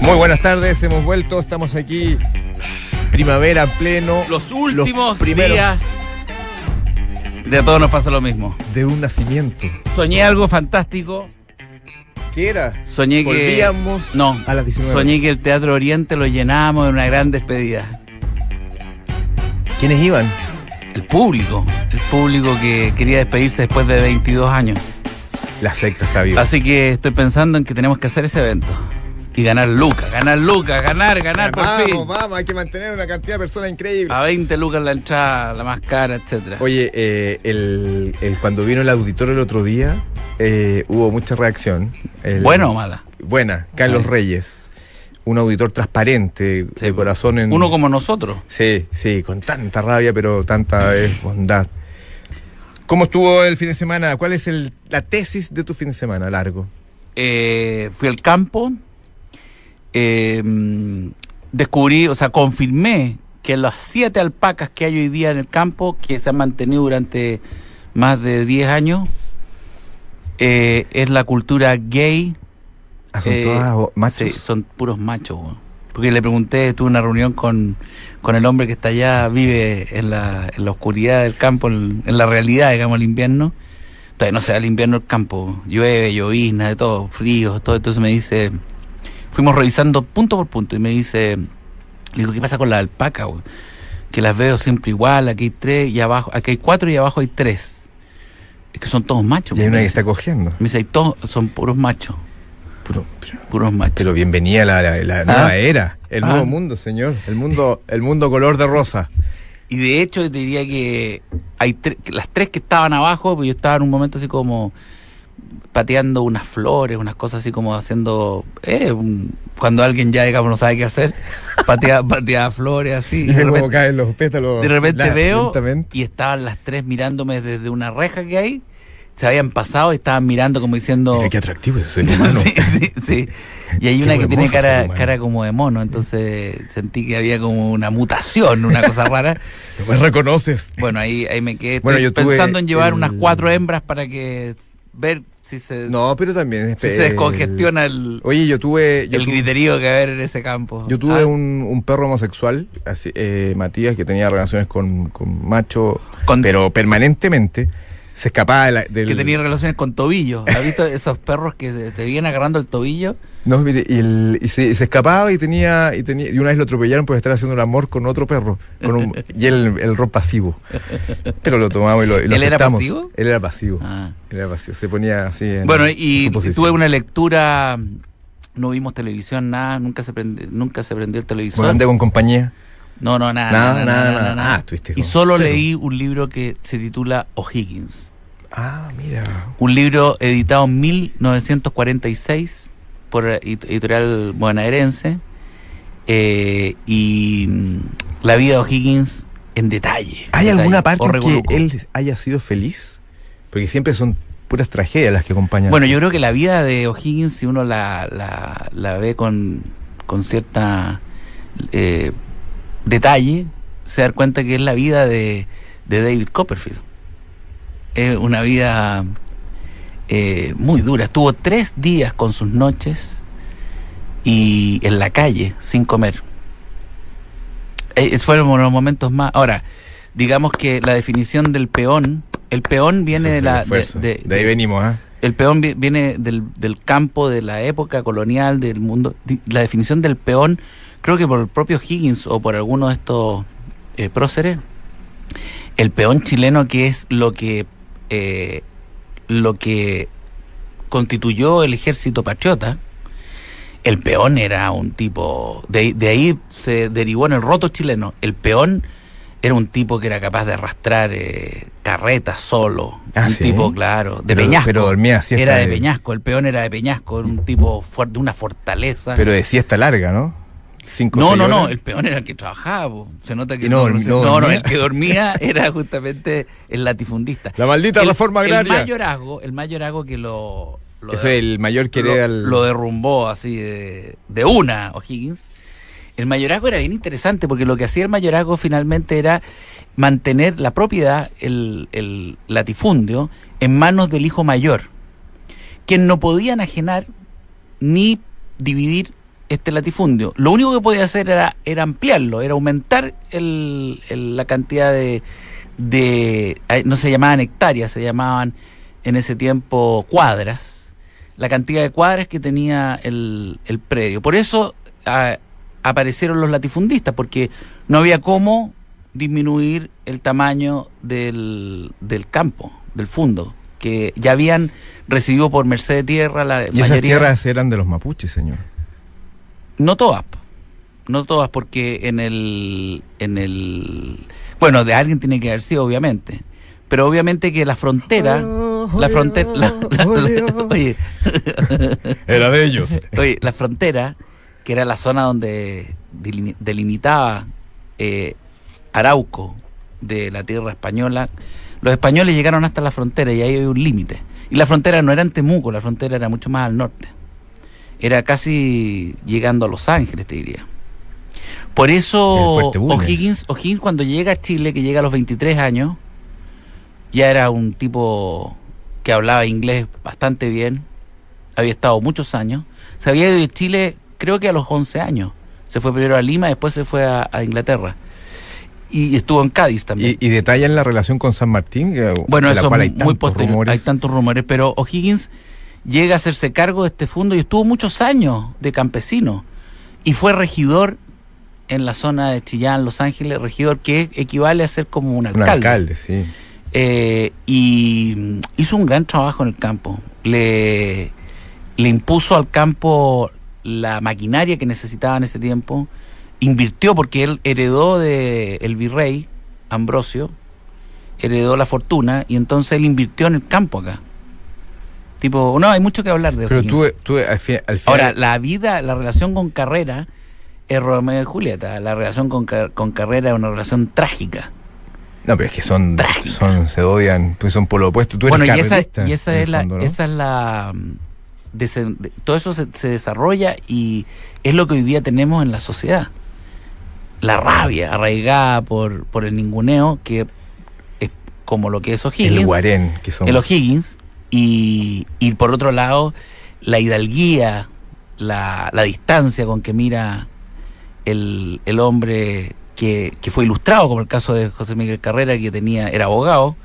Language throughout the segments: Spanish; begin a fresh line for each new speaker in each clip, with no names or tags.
Muy buenas tardes, hemos vuelto, estamos aquí primavera pleno.
Los últimos
primeros
días de a todos nos pasa lo mismo.
de un nacimiento.
Soñé algo fantástico.
¿Qué era?
Soñé que
Volvíamos
no,
a las 19.
Soñé que el Teatro Oriente lo llenábamos de una gran despedida.
¿Quiénes iban?
El público, el público que quería despedirse después de 22 años.
La secta está viva.
Así que estoy pensando en que tenemos que hacer ese evento y ganar lucas, ganar lucas, ganar, ganar por
vamos,
fin. Ah.
vamos, hay que mantener una cantidad de personas increíble.
A 20 lucas la entrada, la más cara, etcétera.
Oye, eh, el, el- cuando vino el auditor el otro día, eh, hubo mucha reacción. El-
Bueno o mala.
Buena, Carlos Reyes. Un auditor transparente, de
Sí. pues.
corazón en.
Uno como nosotros.
Sí, sí, con tanta rabia, pero tanta eh, bondad. ¿Cómo estuvo el fin de semana? ¿Cuál es el- la tesis de tu fin de semana largo?
eh, fui al campo, eh, mm, descubrí, o sea, confirmé que las siete alpacas que hay hoy día en el campo, que se han mantenido durante más de 10 años, eh, es la cultura gay.
Ah, son
eh,
todas o-
sí,
machos.
son puros machos. weón. Porque le pregunté, tuve una reunión con, con el hombre que está allá, vive en la, en la oscuridad del campo, en, en la realidad, digamos, el invierno. Todavía no se da el invierno el campo. Llueve, llovizna, de todo, frío, todo. Entonces me dice, fuimos revisando punto por punto y me dice, le digo, ¿qué pasa con las alpacas? weón? Que las veo siempre igual, aquí hay tres y abajo, aquí hay cuatro y abajo hay tres. Es que son todos machos. Mm,
y hay
me
una que
dice.
está cogiendo.
Me dice, "Hay todos son puros machos,
Puro- pero,
puros machos.
pero bienvenida la, la- la nueva
Ah.
era, el
Ah.
nuevo mundo, señor. El mundo, el mundo color de rosa.
Y de hecho, te diría que hay tre- que las tres que estaban abajo, pues yo estaba en un momento así como pateando unas flores, unas cosas así como haciendo. eh, un- cuando alguien ya, digamos, no sabe qué hacer, patea, patea flores así. Y
Y
de
como
repente,
caen los pétalos.
de repente
la-
veo
lentamente.
y estaban las tres mirándome desde una reja que hay. Se habían pasado y estaban mirando como diciendo.
Mira qué atractivo es ese ser humano.
sí, sí, sí. Y hay
Qué
una que tiene
hermoso ser
cara,
humano.
cara como de mono, entonces sentí que había como una mutación, una cosa rara.
No me reconoces.
Bueno, ahí, ahí me quedé.
Bueno,
Estoy
yo tuve
pensando en llevar
el-
unas cuatro hembras para que ver si se,
No, pero también.
si
eh,
se descongestiona el,
Oye, yo tuve. Yo
el
tuve-
griterío que va a haber en ese campo.
Yo tuve
Ah,
un, un perro homosexual, así, eh, Matías, que tenía relaciones con, con macho,
Con-
pero permanentemente. Se escapaba de la- del...
que tenía relaciones con tobillos. ¿Has visto esos perros que se- te vienen agarrando el tobillo?
No, mire, y, el- y se, y se escapaba y tenía, y tenía... Y una vez lo atropellaron por estar haciendo el amor con otro perro. Con un- y él, el rol pasivo. Pero lo tomamos y lo, y lo
¿Él era
aceptamos.
pasivo?
Él era pasivo.
Ah.
Él era pasivo. Se ponía así en
Bueno,
su
y
posición.
tuve una lectura. No vimos televisión, nada, nunca se, prende- nunca se prendió el televisor.
Bueno, andé con compañía.
No, no, nada.
Nada,
Nada, nada,
nada,
nada.
nada.
nada.
Ah, estuviste
y
con
solo
cero.
leí un libro que se titula O'Higgins.
Ah, mira.
un libro editado en 1946 por edit- editorial bonaerense eh, y mm, la vida de O'Higgins en detalle.
¿Hay
en
alguna
detalle.
parte en que
Orreguluco.
él haya sido feliz? Porque siempre son puras tragedias las que acompañan.
Bueno, yo creo que la vida de O'Higgins, si uno la, la, la ve con, con cierta eh, detalle, se da cuenta que es la vida de, de David Copperfield. Es una vida eh, muy dura. Estuvo tres días con sus noches y en la calle, sin comer. Eh, fueron los momentos más... Ahora, digamos que la definición del peón, el peón
Eso
viene
es
de
el
la... de-
esfuerzo.
de-
ahí
de-
venimos, ¿ah?
el peón vi- viene del, del campo, de la época colonial, del mundo. Di- La definición del peón, creo que por el propio Higgins o por alguno de estos eh, próceres, el peón chileno que es lo que, eh, lo que constituyó el ejército patriota, el peón era un tipo, de, de ahí se derivó en el roto chileno, el peón era un tipo que era capaz de arrastrar eh, carretas solo,
Ah,
un
sí.
tipo, claro, de
Pero-
peñasco.
pero dormía siesta
Era de
de-
peñasco, el peón era de peñasco, era un tipo fuerte, una fortaleza.
Pero de siesta larga, ¿no? Cinco
no,
seis
no, no,
horas.
el peón era el que trabajaba. po. Se nota que
Y no,
no, no,
no
no, no,
dormía.
el que dormía era justamente el latifundista.
La maldita
El-
reforma agraria.
El mayorazgo, el mayorazgo que lo lo
Eso
de-
es el mayor que
lo,
hereda al-
lo derrumbó así de, de una O'Higgins. El mayorazgo era bien interesante porque lo que hacía el mayorazgo finalmente era mantener la propiedad, el, el latifundio, en manos del hijo mayor, quien no podía enajenar ni dividir este latifundio. Lo único que podía hacer era, era ampliarlo, era aumentar el- el- la cantidad de, de... eh, No se llamaban hectáreas, se llamaban en ese tiempo cuadras la cantidad de cuadras que tenía el, el predio. Por eso a- aparecieron los latifundistas, porque no había cómo disminuir el tamaño del, del campo, del fondo, que ya habían recibido por merced de tierra la
Y esas
mayoría.
tierras eran de los mapuches, señor.
No todas. po. No todas, porque en el. En el bueno, de alguien tiene que haber sido, obviamente. Pero obviamente que la frontera. la frontera. la- la- la- oye,
Era de ellos.
Oye, la frontera, que era la zona donde delini- delimitaba eh, Arauco de la tierra española, los españoles llegaron hasta la frontera y ahí hay un límite. Y la frontera no era en Temuco, la frontera era mucho más al norte. Era casi llegando a Los Ángeles, te diría. Por
Y el
eso
Fuerte Bulnes.
O'Higgins, O'Higgins cuando llega a Chile, que llega a los 23 años, ya era un tipo que hablaba inglés bastante bien, había estado muchos años, se había ido de Chile creo que a los 11 años, se fue primero a Lima, después se fue a, a Inglaterra y estuvo en Cádiz también.
Y, y detallan la relación con San Martín, que-
bueno,
de la
eso
cual hay
es muy
tantos
posterior,
rumores.
hay tantos rumores, pero O'Higgins llega a hacerse cargo de este fondo y estuvo muchos años de campesino y fue regidor en la zona de Chillán, Los Ángeles, regidor que equivale a ser como un
Un
alcalde.
alcalde, sí.
Eh, y mm, hizo un gran trabajo en el campo. Le, le impuso al campo la maquinaria que necesitaba en ese tiempo. Invirtió porque él heredó de el virrey Ambrosio, heredó la fortuna y entonces él invirtió en el campo acá. Tipo, no, hay mucho que hablar de
Pero
O'Higgins.
tú, tú al, fi- al final.
Ahora, la vida, la relación con Carrera es Romeo y Julieta. La relación con, Car- con Carrera es una relación trágica.
no, pero es que son,
Trágico.
son se odian, pues son por lo opuesto. Tú eres
bueno, y esa,
carrerista,
y esa
en
es
el
la,
fondo, ¿no?
esa es la mm, desen- de- todo eso se, se desarrolla y es lo que hoy día tenemos en la sociedad. La rabia arraigada por, por el ninguneo, que es como lo que es
El
O'Higgins,
Guarén, que son.
el O'Higgins, y, y por otro lado, la hidalguía, la, la distancia con que mira el, el hombre que, que fue ilustrado, como el caso de José Miguel Carrera, que tenía, era abogado,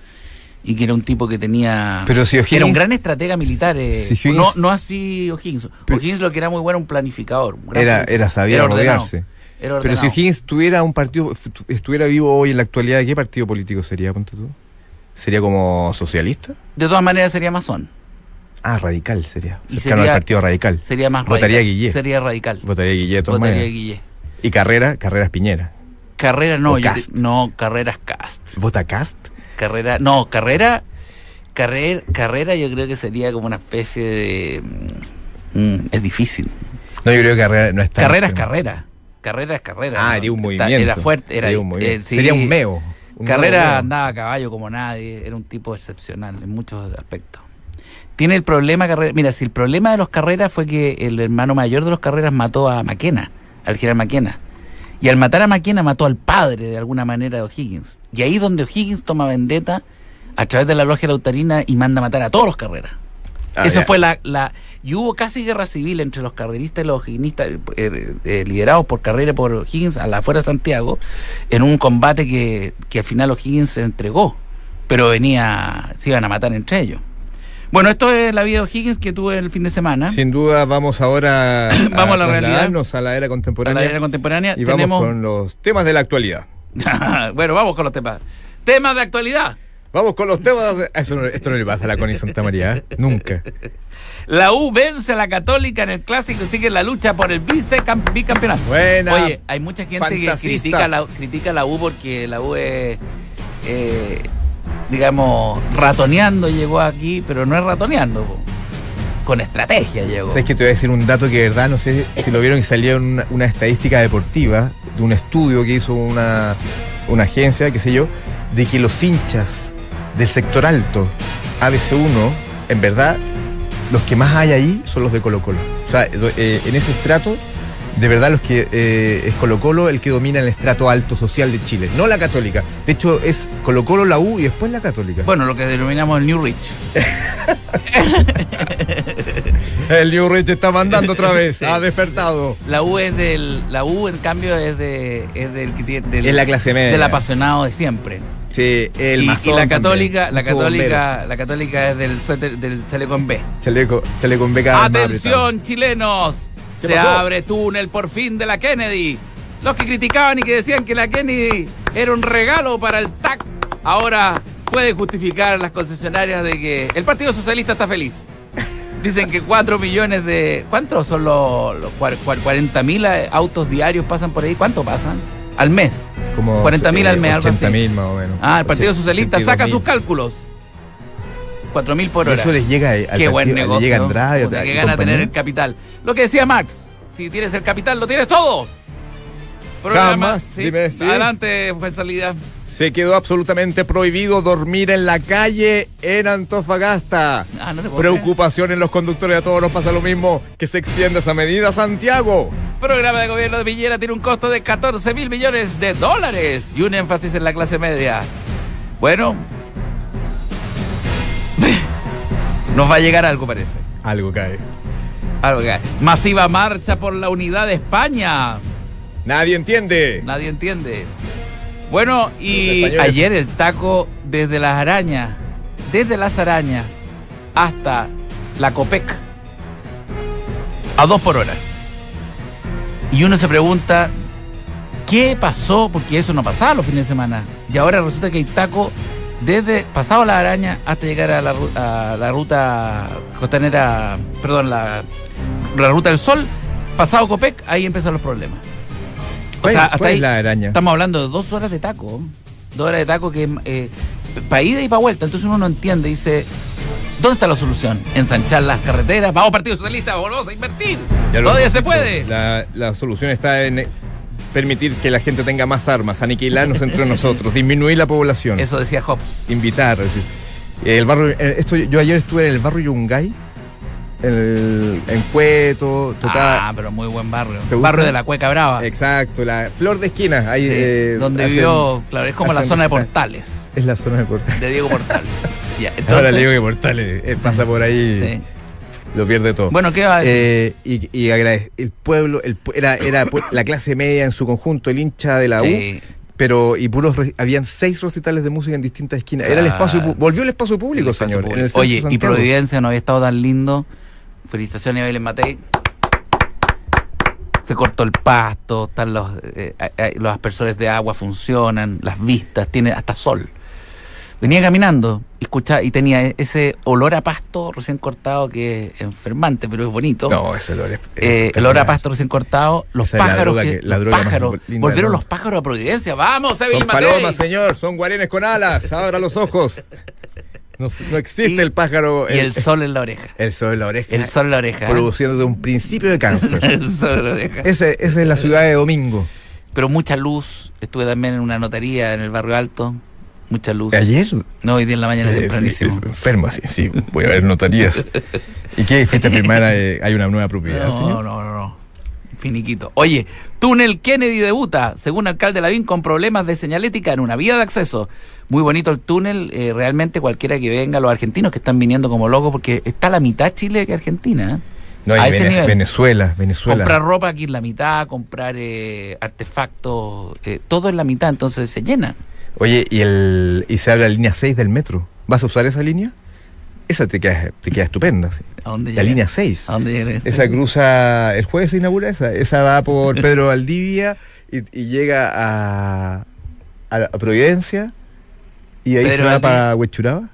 y que era un tipo que tenía
pero si O'Higgins.
era un gran estratega militar. eh,
Si Higgins-
no, no así O'Higgins.
Pero-
O'Higgins lo que era muy bueno, un planificador. un gran-
Era, era sabía
Era ordenado.
rodearse.
era
Pero si
ordenado.
O'Higgins tuviera un partido, estu- estuviera vivo hoy en la actualidad, ¿qué partido político sería, ponte tú? ¿Sería como socialista?
De todas maneras sería masón.
Ah, radical sería.
Y
Cercano al
sería-
partido radical.
Sería más
Votaría
radical.
Guille.
Sería radical.
Votaría Guille de todas
Votaría
maneras.
Guille.
Y Carrera, Carreras Piñera.
Carrera no,
O
yo te-
Cast.
no, carreras cast.
¿Vota Cast?
Carrera, no, carrera, carrera, carrera yo creo que sería como una especie de mm, mm, es difícil.
No, yo creo que Carrera no está.
Carrera es carrera. Carrera es carrera.
Ah,
¿no?
haría un
Está-
movimiento.
Era fuerte, era
Sería un,
eh,
movimiento.
sí.
Sería un meo. un nuevo
Carrera
meo.
andaba a caballo como nadie, era un tipo excepcional en muchos aspectos. Tiene el problema Carrera, mira, si el problema de los Carreras fue que el hermano mayor de los Carreras mató a Maquena, al general Maquena. Y al matar a Maquena mató al padre de alguna manera de O'Higgins. Y ahí es donde O'Higgins toma vendetta a través de la logia lautarina y manda a matar a todos los Carreras.
Ah,
Esa
ya.
fue la, la- Y hubo casi guerra civil entre los carreristas y los higginistas, eh, eh, liderados por Carrera y por O'Higgins a la afuera de Santiago, en un combate que, que al final O'Higgins se entregó, pero venía. se iban a matar entre ellos. Bueno, esto es la vida de O'Higgins que tuve el fin de semana.
Sin duda, vamos ahora
¿Eh? Vamos a la realidad.
trasladarnos a la era
Para
contemporánea.
la era contemporánea
y vamos
tenemos.
con los temas de la actualidad.
bueno, vamos con los temas. Temas de actualidad.
Vamos con los temas. de- Eso no- esto no le pasa a la Connie Santa María, ¿eh? nunca.
La U vence a la Católica en el Clásico y sigue la lucha por el vicecam- bicampeonato.
Buena.
Oye, hay mucha gente
Fantasista.
que critica la, critica la U porque la U es, eh, digamos, ratoneando llegó aquí, pero no es ratoneando, po. con estrategia llegó.
Sabes que te voy a decir un dato que de verdad no sé si lo vieron y salió en una, una estadística deportiva de un estudio que hizo una, una agencia, qué sé yo, de que los hinchas del sector alto, ABC1, en verdad los que más hay ahí son los de Colo Colo. O sea, eh, en ese estrato, de verdad los que eh, es Colo Colo el que domina el estrato alto social de Chile, no la católica. De hecho, es Colo Colo la U y después la católica.
Bueno, lo que denominamos el New Rich.
el New Rich está mandando otra vez, ha despertado.
La U es del, la U en cambio es de, es del, del
Es la clase media.
del apasionado de siempre.
Sí, el
y,
masón
y la
también,
católica, la
mucho bombero.
católica, la católica es del suéter- del chaleco en B.
Chaleco, chaleco en beca. más apretado.
Atención, chilenos.
¿Qué
Se
pasó?
abre túnel por fin de la Kennedy. Los que criticaban y que decían que la Kennedy era un regalo para el TAC, ahora pueden justificar las concesionarias de que el Partido Socialista está feliz. Dicen que 4 millones de... ¿Cuántos son los, los cuar- cuar- 40 mil eh, autos diarios pasan por ahí? ¿Cuánto pasan? Al mes.
Como eh,
40.000 al mes, algo así.
80.000 más o menos.
Ah, el Partido
Ochen-
Socialista saca
82.000.
sus cálculos. 4 mil por
Y
hora.
Eso les llega al
Qué
partido,
buen
le
negocio.
llega Andrade.
Puta,
a-
qué
y
gana
compañía.
tener el capital. Lo que decía Max, si tienes el capital, lo tienes todo.
Jamás, dime, sí.
Adelante, Fuenzalida.
Se quedó absolutamente prohibido dormir en la calle en Antofagasta.
Ah, no te puedo
Preocupación en los conductores, a todos nos pasa lo mismo. Que se extienda esa medida, Santiago.
Programa de gobierno de Piñera tiene un costo de 14 mil millones de dólares y un énfasis en la clase media. Bueno, nos va a llegar algo, parece.
Algo cae.
Algo que- Masiva marcha por la unidad de España.
Nadie entiende.
Nadie entiende. Bueno, y
Los españoles.
ayer el taco desde las arañas, desde las arañas hasta la Copec, a dos por hora. Y uno se pregunta, ¿qué pasó? Porque eso no pasaba los fines de semana. Y ahora resulta que hay taco desde pasado la araña hasta llegar a la, ru- a la ruta costanera, perdón, la, la ruta del sol, pasado Copec, ahí empiezan los problemas. O
¿Cuál-
sea,
cuál
hasta
es
ahí
la araña?
estamos hablando de dos horas de taco. Dos horas de taco que eh, para ida y para vuelta. Entonces uno no entiende, dice, ¿dónde está la solución? Ensanchar las carreteras, vamos Partido Socialista, volvamos a invertir.
Ya lo
Todavía
hemos
se
dicho,
puede.
La, la solución está en eh, permitir que la gente tenga más armas, aniquilarnos entre nosotros, disminuir la población,
Eso decía Hobbes.
invitar. es decir, el barrio, eh, esto, yo ayer estuve en el barrio Yungay, en, el, en Cueto, total.
Ah, pero muy buen barrio.
¿Te gusta?
Barrio de la Cueca Brava.
Exacto, la flor de esquina. Ahí,
Sí,
eh,
donde
hacen-
vivió, claro, es como la
hacen
zona de
visita.
Portales,
Es la zona de Portales.
de Diego Portales. Ya,
Ahora
entonces,
le digo que Portales eh, pasa por ahí,
sí.
lo pierde todo.
Bueno, ¿qué va a decir?
Eh, y, y agradez- el pueblo, el pu- era, era pu- la clase media en su conjunto, el hincha de la U,
Sí.
pero y puros re- habían seis recitales de música en distintas esquinas. Era el espacio, pu-
Claro.
volvió el espacio público,
El espacio
señor.
público.
en el centro
Oye,
de
y
Santiago.
Providencia no había estado tan lindo. Felicitaciones a Belén Matei. Se cortó el pasto, están los, eh, eh, eh, los aspersores de agua funcionan, las vistas, tiene hasta sol. Venía caminando y escucha- y tenía e, ese olor a pasto recién cortado que es enfermante, pero es bonito.
No, ese olor es-
Eh, el olor a pasto recién cortado, los
Esa es la
pájaros,
droga
que,
que- la
los
droga más
pájaros,
linda del
volvieron
mundo.
los pájaros a Providencia, vamos, Evil
Son
Matei.
palomas, señor, son guarenes con alas. Abra los ojos. No, no existe
Y-
el pájaro.
y el sol en la oreja,
El sol en la oreja.
el sol en la oreja, ¿eh?
Produciendo de un principio de cáncer.
el sol en la oreja.
Ese- esa es la ciudad de Domingo.
Pero mucha luz. Estuve también en una notaría en el barrio alto. Mucha luz.
Ayer.
No, hoy día en la mañana
eh,
tempranísimo.
eh, enfermo, sí, sí. Voy a ver notarías. ¿Y qué? ¿Fuiste a firmar? eh, hay una nueva propiedad,
No, no,
señor.
no, no. Finiquito. Oye, túnel Kennedy debuta, según alcalde Lavín, con problemas de señalética en una vía de acceso. Muy bonito el túnel, eh, realmente cualquiera que venga, los argentinos que están viniendo como locos, porque está la mitad Chile que Argentina. ¿eh?
No, y
a ese
Vene-
nivel.
Venezuela, Venezuela.
Comprar ropa aquí en la mitad, comprar eh, artefactos, eh, todo en la mitad, entonces se llena.
Oye, y, el, y se habla la línea 6 del metro. ¿Vas a usar esa línea? Esa te queda, te queda estupenda. sí.
¿A dónde
La
llega?
línea 6.
¿A dónde llega eso?
Esa cruza, el jueves se inaugura esa. Esa va por Pedro Valdivia y, y llega a, a, la- a Providencia y ahí
Pedro
se va
Valdivia.
para Huechuraba.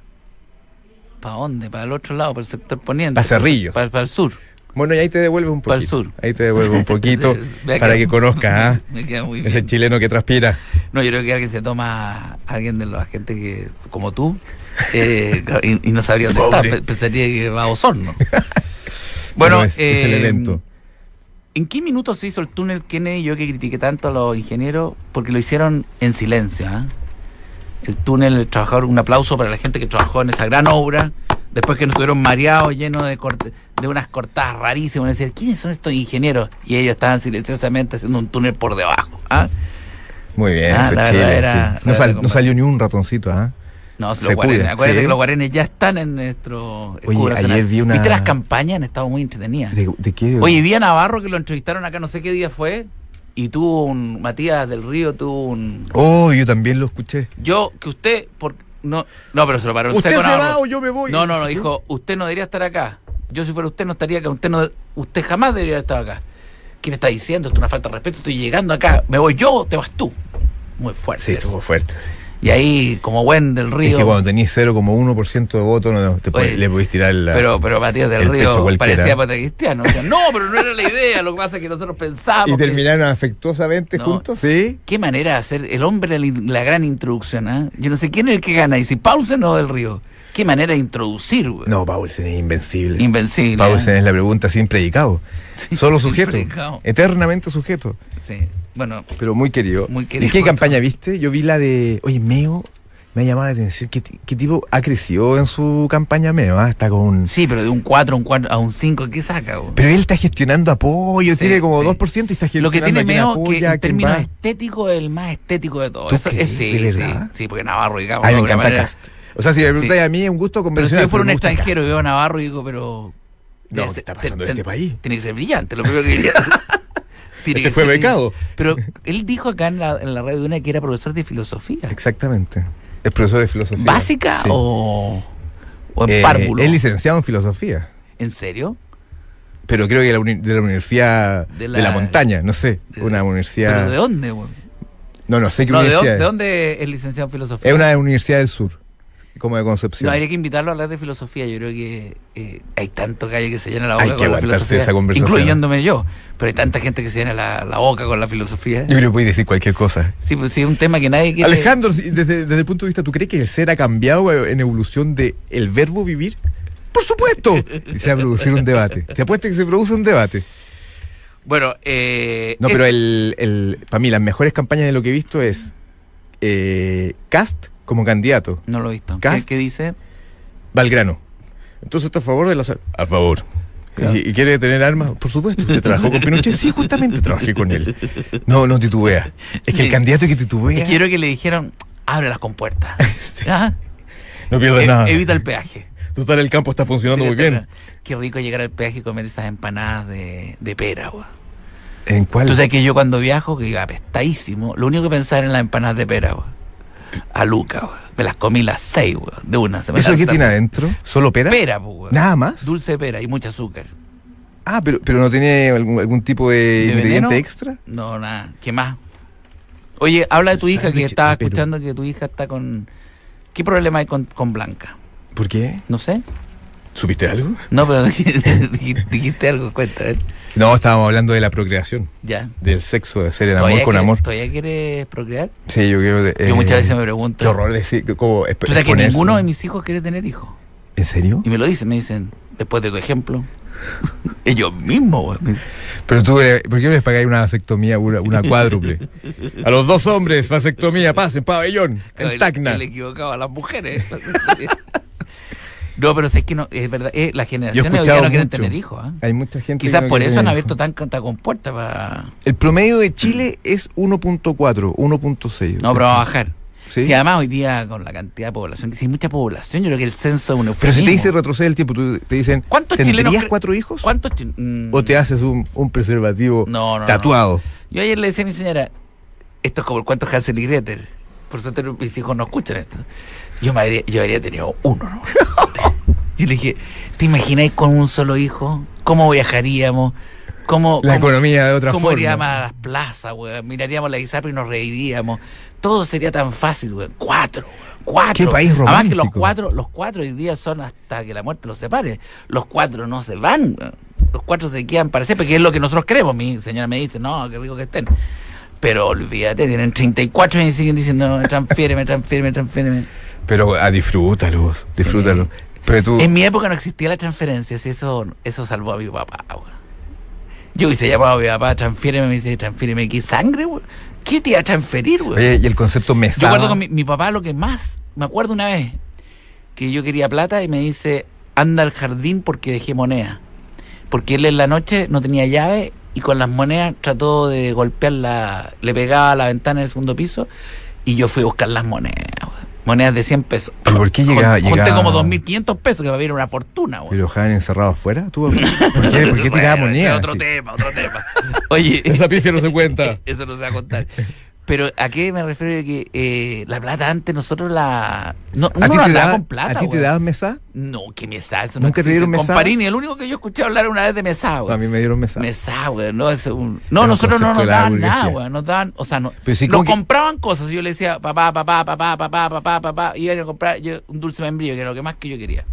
¿Para dónde? Para el otro lado, para el sector poniente.
Para Cerrillos.
Para, para el sur.
Bueno, y ahí te devuelve un poquito.
Pa'l sur.
Ahí te devuelve un poquito
Eh, Me
para
queda-
que conozcas, ¿ah?
Me queda muy
Ese
bien.
chileno que transpira.
No, yo creo que alguien se toma a alguien de los agentes que, como tú eh, y, y no sabría dónde está.
Pobre.
Pe- Pensaría que va a Osorno. bueno,
No, es, es el
eh,
evento.
¿en qué minutos se hizo el túnel Kennedy? Yo que critiqué tanto a los ingenieros porque lo hicieron en silencio. ¿ah? El túnel, el trabajador, un aplauso para la gente que trabajó en esa gran obra después que nos tuvieron mareados, llenos de, corte- de unas cortadas rarísimas, van a decir, ¿quiénes son estos ingenieros? Y ellos estaban silenciosamente haciendo un túnel por debajo. ¿ah?
Muy bien,
Ah,
eso
la
es
verdad
Chile.
era-
sí.
la
no,
verdad
sal-
que
no salió ni un ratoncito, ¿ah?
No, si
Se
los guarenes,
cuidan,
acuérdate
sí.
que los guarenes ya están en nuestro
Oye,
escudo
ayer
nacional.
vi una-
¿Viste las campañas? Han estado muy entretenidas.
¿De, de qué?
Oye, vi a Navarro que lo entrevistaron acá, no sé qué día fue, y tuvo un. Matías del Río tuvo un.
Oh, yo también lo escuché.
Yo, que usted. Por, no, no, pero se lo paró en
¿Usted se
seco, Navarro.
va o yo me voy?
No, no, no, dijo, usted no debería estar acá. Yo si fuera usted no estaría acá, usted no, usted jamás debería haber estado acá. ¿Qué me está diciendo? Esto es una falta de respeto, estoy llegando acá, me voy yo, o te vas tú. Muy fuerte.
Sí,
eso.
estuvo fuerte. sí.
Y ahí, como buen del
Es
río.
que cuando tenís 0,1% de voto, no, te puedes-
Oye,
le podés tirar la.
Pero, pero Matías del
El pecho
Río
cualquiera.
parecía patricristiano. cristiano. no, pero no era la idea. Lo que pasa es que nosotros pensábamos.
¿Y
que-
terminaron afectuosamente
eh. No.
juntos? Sí.
Qué manera de hacer el hombre la, la gran introducción. ¿ah? Yo no sé quién es el que gana. Y si Paulsen o del Río. Qué manera de introducir. güey.
No, Paulsen es invencible.
Invencible.
Paulsen
¿ah?
es la pregunta sin predicado.
Sí,
Solo
sin
sujeto.
predicado.
Eternamente sujeto.
Sí. Bueno,
Pero muy querido.
Muy
¿Y
querido.
qué campaña viste? Yo vi la de. Oye, Meo. Me ha llamado la atención. ¿Qué, ti- qué tipo ha crecido en su campaña Meo? ah? Está con.
sí, pero de un 4 a un, cuatro- a un 5, ¿qué saca? güey?
Pero él está gestionando apoyo.
Sí,
tiene como
sí.
2% y está gestionando.
Lo que tiene
a quién
Meo
apoya,
que
a quién
en términos
va.
estéticos es el más estético de todos.
¿Tú
Eso-
crees?
es- sí,
¿De
sí,
verdad?
sí, porque Navarro, digamos,
Ay,
de
me
alguna
encanta
manera-
Cast. O sea, si me
Sí.
preguntáis a mí, es un gusto
Pero si
convencional.
yo fuera un
me gusta Cast.
extranjero y veo a Navarro y digo, pero.
No,
Debe
¿qué está
ser-
pasando en
ten-
este país?
Tiene que ser brillante, lo primero que diría. Tiene
Este
que
fue
ser
becado.
brillante. Pero él dijo acá en la, en la radio de una que era profesor de filosofía.
Exactamente. Es profesor de filosofía.
¿Básica
Sí.
o, o en
Eh,
párvulo?
Es licenciado en filosofía.
¿En serio?
Pero creo que de la, uni- de la Universidad de
De
la,
la-
Montaña, no sé. Una universidad.
¿Pero de dónde? güey?
No, no sé qué
No, ¿de,
universidad. es.
dónde- de dónde es licenciado en filosofía?
Es una universidad del sur, como de
No,
Concepción.
habría que invitarlo a hablar de filosofía. Yo creo que eh, hay tanto calle que se llena la boca
Hay que
con la
aguantarse
filosofía.
esa conversación.
Incluyéndome yo. Pero hay tanta gente que se llena la, la boca con la filosofía.
Yo creo que puedes decir cualquier cosa.
Sí, pues sí, es un tema que nadie quiere.
Alejandro, si- desde, desde el punto de vista, ¿tú crees que el ser ha cambiado eh, en evolución del el verbo vivir? ¡Por supuesto! Y se va a producir un debate. Te apuesto que se produce un debate.
Bueno, eh,
No, pero
es-
el, el, para mí las mejores campañas de lo que he visto es eh, Cast como candidato,
No lo he visto. ¿Qué,
Cast.
qué dice?
Balgrano. Entonces está a favor de la... A favor. ¿Y, y quiere tener armas? Por supuesto. ¿Usted trabajó con Pinochet? Sí, justamente trabajé con él. No, no titubea. Es que el
Sí.
candidato que
Es
titubea
que yo creo que le dijeron, abre las compuertas.
Sí.
Ajá.
no pierde
E-
nada.
evita el peaje.
Total, el campo está funcionando muy bien.
Qué rico llegar al peaje y comer esas empanadas de, de pera, güey.
¿En cuál?
Tú sabes que yo cuando viajo, que iba apestadísimo, lo único que pensaba era en las empanadas de pera, güey. A Luca, güey. Me las comí las seis, güey. De una. Se me
¿Eso qué
lanzaron.
tiene adentro? ¿Solo pera?
Pera, pues, güey.
¿Nada más?
Dulce de pera y mucho azúcar.
Ah, pero, pero no tiene algún, algún tipo de, ingrediente
veneno?
extra.
No, nada. ¿Qué más? Oye, habla de tu hija que
Sándwich
estaba
de Perú.
escuchando que tu hija está con... ¿Qué problema hay con, con Blanca?
¿Por qué?
No sé.
¿Supiste algo?
No, pero dijiste, dijiste algo, cuenta. a ver.
No, estábamos hablando de la procreación,
Ya.
del sexo, de hacer el
¿Todavía
amor con
quieres-
amor.
¿Todavía quieres procrear?
Sí, yo creo que.
Yo
eh,
muchas veces me pregunto.
Qué horror decir que- como exp-
¿Tú sabes que
exponerse.
ninguno de mis hijos quiere tener hijos?
¿En serio?
Y me lo dicen, me dicen, después de tu ejemplo. Ellos mismos, güey, me dicen.
Pero tú, eh, ¿por qué no les pagáis una vasectomía, una, una cuádruple? A los dos hombres, vasectomía, pasen, pabellón, en
El-
Tacna.
el equivocado a las mujeres. no, pero si es que no, es verdad, eh, las
Yo he
generaciones hoy día
escuchado
no quieren
mucho.
tener hijos. ¿ah?
Hay mucha gente que
Quizás
no
por
quiere
eso han
tener
abierto
hijos.
tan tanta compuerta para...
El promedio de Chile es 1.4, 1.6.
No, pero va a bajar.
¿Sí?
Sí, además hoy día con la cantidad de población, que si hay mucha población, yo creo que el censo es un
Pero si
eufemismo.
te dice retroceder el tiempo, tú te dicen,
¿Cuántos
¿tendrías
chilenos cre-
cuatro hijos?
¿Cuántos chin- mm,
¿O te haces un, un preservativo
No, no, no.
tatuado?
Yo ayer le decía a mi señora, esto es como el cuento Hansel y Gretel. Por suerte no- mis hijos no escuchan esto. Yo, me habría, yo habría tenido uno, ¿no? yo le dije, ¿te imagináis con un solo hijo? ¿Cómo viajaríamos? ¿Cómo,
La
cómo-
economía de otra
¿Cómo
forma.
iríamos a las plazas, weón? Miraríamos la guisapa y nos reiríamos. Todo sería tan fácil, weón. Cuatro, weón. Cuatro.
Qué país
Además que los
romántico.
cuatro, los cuatro hoy día son hasta que la muerte los separe. Los cuatro no se van, weón. Los cuatro se quedan para siempre, que es lo que nosotros queremos. Mi señora me dice, no, qué rico que estén. Pero olvídate, tienen 34 años y siguen diciendo, transfiéreme, transfiéreme, transfiéreme.
Pero ah, disfrútalos, disfrútalos. Pero tú,
En mi época no existía la transferencia, si eso, eso salvó a mi papá, weón. Yo hubiese llamado a mi papá, transfiéreme, me dice, transfiéreme aquí sangre, weón. ¿Qué te iba a transferir, weón?
oye, y el concepto
Yo
mesada.
acuerdo con mi, mi papá lo que más, me acuerdo una vez que yo quería plata y me dice, anda al jardín porque dejé monedas. Porque él en la noche no tenía llave y con las monedas trató de golpear la. Le pegaba a la ventana del segundo piso y yo fui a buscar las monedas, weón. Monedas de 100 pesos.
¿Pero por qué llegaba-
Jun- Junté
llegaba-
como 2.500 pesos que me dieron una fortuna,
¿Y
weón.
lo dejaban encerrado afuera? ¿Tú, ¿Por qué, por qué tiraba
Bueno, ese es
monedas?
Otro
Sí.
tema, otro tema. Oye,
Esa pifia no se cuenta.
Eso no se va a contar. Pero a qué me refiero que eh, la plata antes nosotros la. No, uno
¿A ti
no
te
andaba
daban,
con plata.
¿a ti te
weón.
daban mesa?
No, que mesada. Eso
¿Nunca te dieron mesada?
Comparini, el único que yo escuché hablar una vez de mesada,
No, a
güey.
mí me dieron mesa.
Mesada, güey. No, es un... no
Era un
nosotros no
concepto
nos
de la
daban
burguesía.
nada, güey. Nos daban, o sea, no,
Pero sí, como
nos
que-
compraban cosas. Yo le decía, papá, papá, papá, papá, papá, papá. Y iba a comprar yo, un dulce membrillo, que era lo que más que yo quería.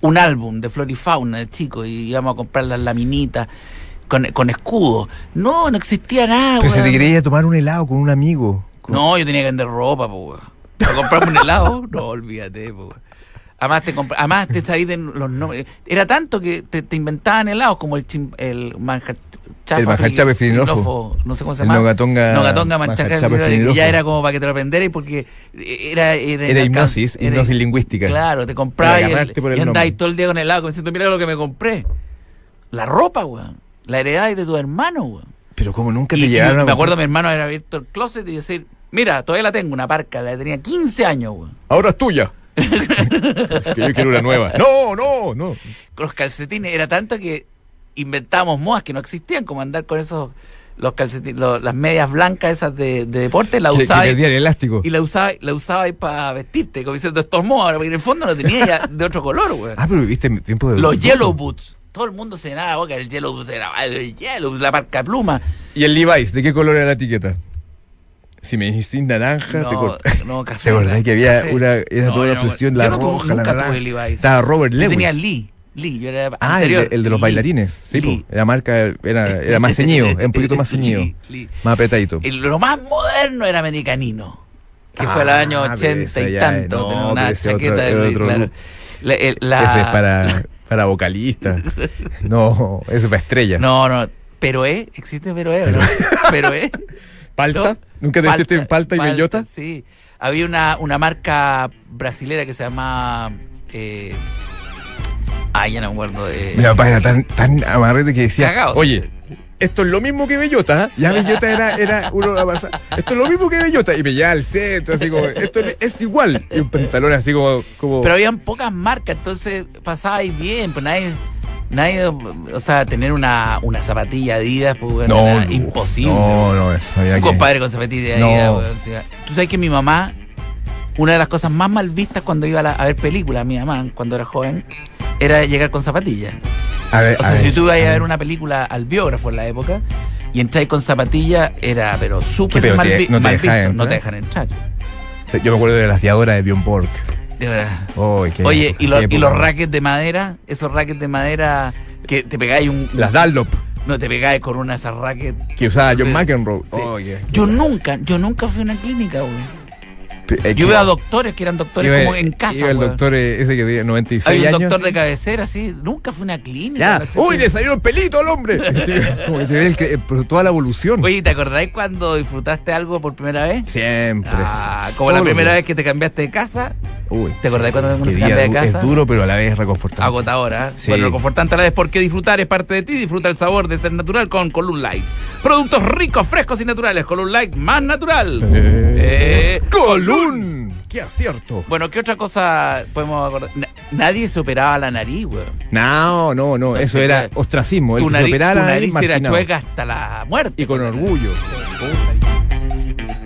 Un álbum de flora y fauna, de chico, y íbamos a comprar las laminitas con, con escudo. No, no existía nada,
Pero si te
güey.
querías ir a tomar un helado con un amigo. con-
No, yo tenía que vender ropa, po, weón. Para comprarme un helado, no, olvídate, po, weón. Además te, compra- además te sabías de los nombres. Era tanto que te, te inventaban helados como el, chim- el manjar chafa
El manjar
fri-
chafe frinofo.
frinofo, No sé cómo se
El
llama.
nogatonga-
Nogatonga manjar
manjar
chafe
chafe
frinofo,
frinofo.
que Ya era como para que te lo aprenderas y porque era... Era,
Era
inalcan-
hipnosis,
era-
hipnosis lingüística.
Claro, te comprabas y,
Para
el,
agarrarte por el
y andabas
nombre.
todo el día con el helado como diciendo, mira lo que me compré. La ropa, weón. La heredad de tu hermano, weón.
Pero como nunca
Y-
te
y
llegaron a
me
comprar-
acuerdo mi hermano era abierto el closet y decir, mira, todavía la tengo, una parca, la tenía 15 años, güey.
Ahora es tuya. es que yo quiero una nueva. No, no, no.
Los calcetines, era tanto que inventábamos modas que no existían, como andar con esos, los calcetines, los- las medias blancas esas de, de deporte, la
Que- que
usaba y-
perdía el elástico.
y la usaba, la usaba para vestirte, como diciendo, estos modas, ahora, porque en el fondo no tenía ya de otro color, güey.
Ah, pero viste en tiempo de.
Los yellow boots. Todo el mundo se llenaba la boca, el yellow boots era "Ay, el yellow, la marca pluma.
¿Y el Levi's? ¿De qué color era la etiqueta? Si me dijiste naranja, te
No,
corté.
no, café.
¿Te acordás que había
café.
una. Era
No,
toda
yo
una
no-
obsesión,
yo
la
no tuve-
roja, la
nunca tuve
naranja.
Levi's.
Estaba Robert
Yo
Lewis.
tenía Lee. Lee, yo era
Ah, el de,
anterior.
el de los
Lee.
bailarines. Sí, po.
Lee.
era marca, era, era más ceñido, era un poquito más ceñido.
Lee, Lee.
Más apretadito.
El- lo más moderno era americanino, que fue el
Ah,
año
pero
80
esa
y
ya
tanto,
es-
tener
no, pero
una
ese otro-
chaqueta de
era
Lee,
otro
claro.
look.
La- el- la-
Ese es para, para vocalista. No, ese es para estrellas.
No, no, pero eh, existe pero eh, ¿no? pero eh.
¿Palta?
¿No?
¿Nunca te metiste en palta y bellota?
Sí. Había una, una marca brasilera que se llama. Eh, ay, ya no me acuerdo. eh,
Mi papá era tan, tan amarrete que decía,
Cagao.
oye, esto es lo mismo que Bellota, ¿ah? ya Bellota era, era uno la pasa- esto es lo mismo que Bellota, y me llevaba al centro, así como, esto es, es igual, y un pantalón así como, como
Pero habían pocas marcas, entonces pasaba ahí bien, pues nadie. Nadie, o sea, tener una, una zapatilla Adidas, pues, bueno, era
no,
imposible.
No, no, eso había
Un
que-
compadre con zapatilla
No.
Adidas, weón, o sea, Tú sabes que mi mamá, una de las cosas más mal vistas cuando iba a, la- a ver películas, mi mamá, cuando era joven, era llegar con zapatillas.
A ver,
O
a
sea, si
ver,
tú ibas a ver una película al biógrafo en la época y entráis con zapatilla, era, pero
¿Qué,
súper
pero
mal,
te-
vi-
no te
mal visto.
dejaban
No te
entrar?
dejan entrar.
yo me acuerdo de las diadoras de Bjorn Borg.
De verdad.
Oy, qué
Oye,
época,
y, los-
qué
y los
época.
rackets de madera, esos rackets de madera que te pegáis un.
Las Dunlop,
No te pegáis con una de esas rackets.
que usaba John
Sí.
McEnroe.
Sí.
Oy, qué-
Yo nunca, yo nunca fui a una clínica, güey.
Eh,
Yo
que-
veo a doctores que eran doctores
iba-
como en casa,
Iba el
güey.
doctor eh, ese que tenía 96
Hay un
años.
doctor de cabecera, sí. Nunca fui a una clínica.
Ya.
no existía.
¡Uy, le salió el pelito al hombre! Como que te ve el cre- eh, toda la evolución.
Oye, ¿te acordáis cuando disfrutaste algo por primera vez?
Siempre.
Ah, como
Todos
la
los
primera
días.
vez que te cambiaste de casa,
Uy,
¿Te acordás cuando uno
qué
se
día
cambia de
du-
casa?
Es duro, pero a la vez es reconfortante.
agotadora. ¿eh?
Sí.
Bueno, lo confortante a la vez porque disfrutar es parte de ti. Disfruta el sabor de ser natural con Column Light. Productos ricos, frescos y naturales. Column Light más natural.
Eh.
Eh,
¡Colún! ¡Qué acierto!
Bueno, ¿qué otra cosa podemos acordar? Na- nadie se operaba la nariz, güey.
No, no, no. Eso era ostracismo. El
Tu
que se
nariz,
operara
tu
ahí,
nariz era
marginado.
chueca hasta la muerte.
Y con orgullo.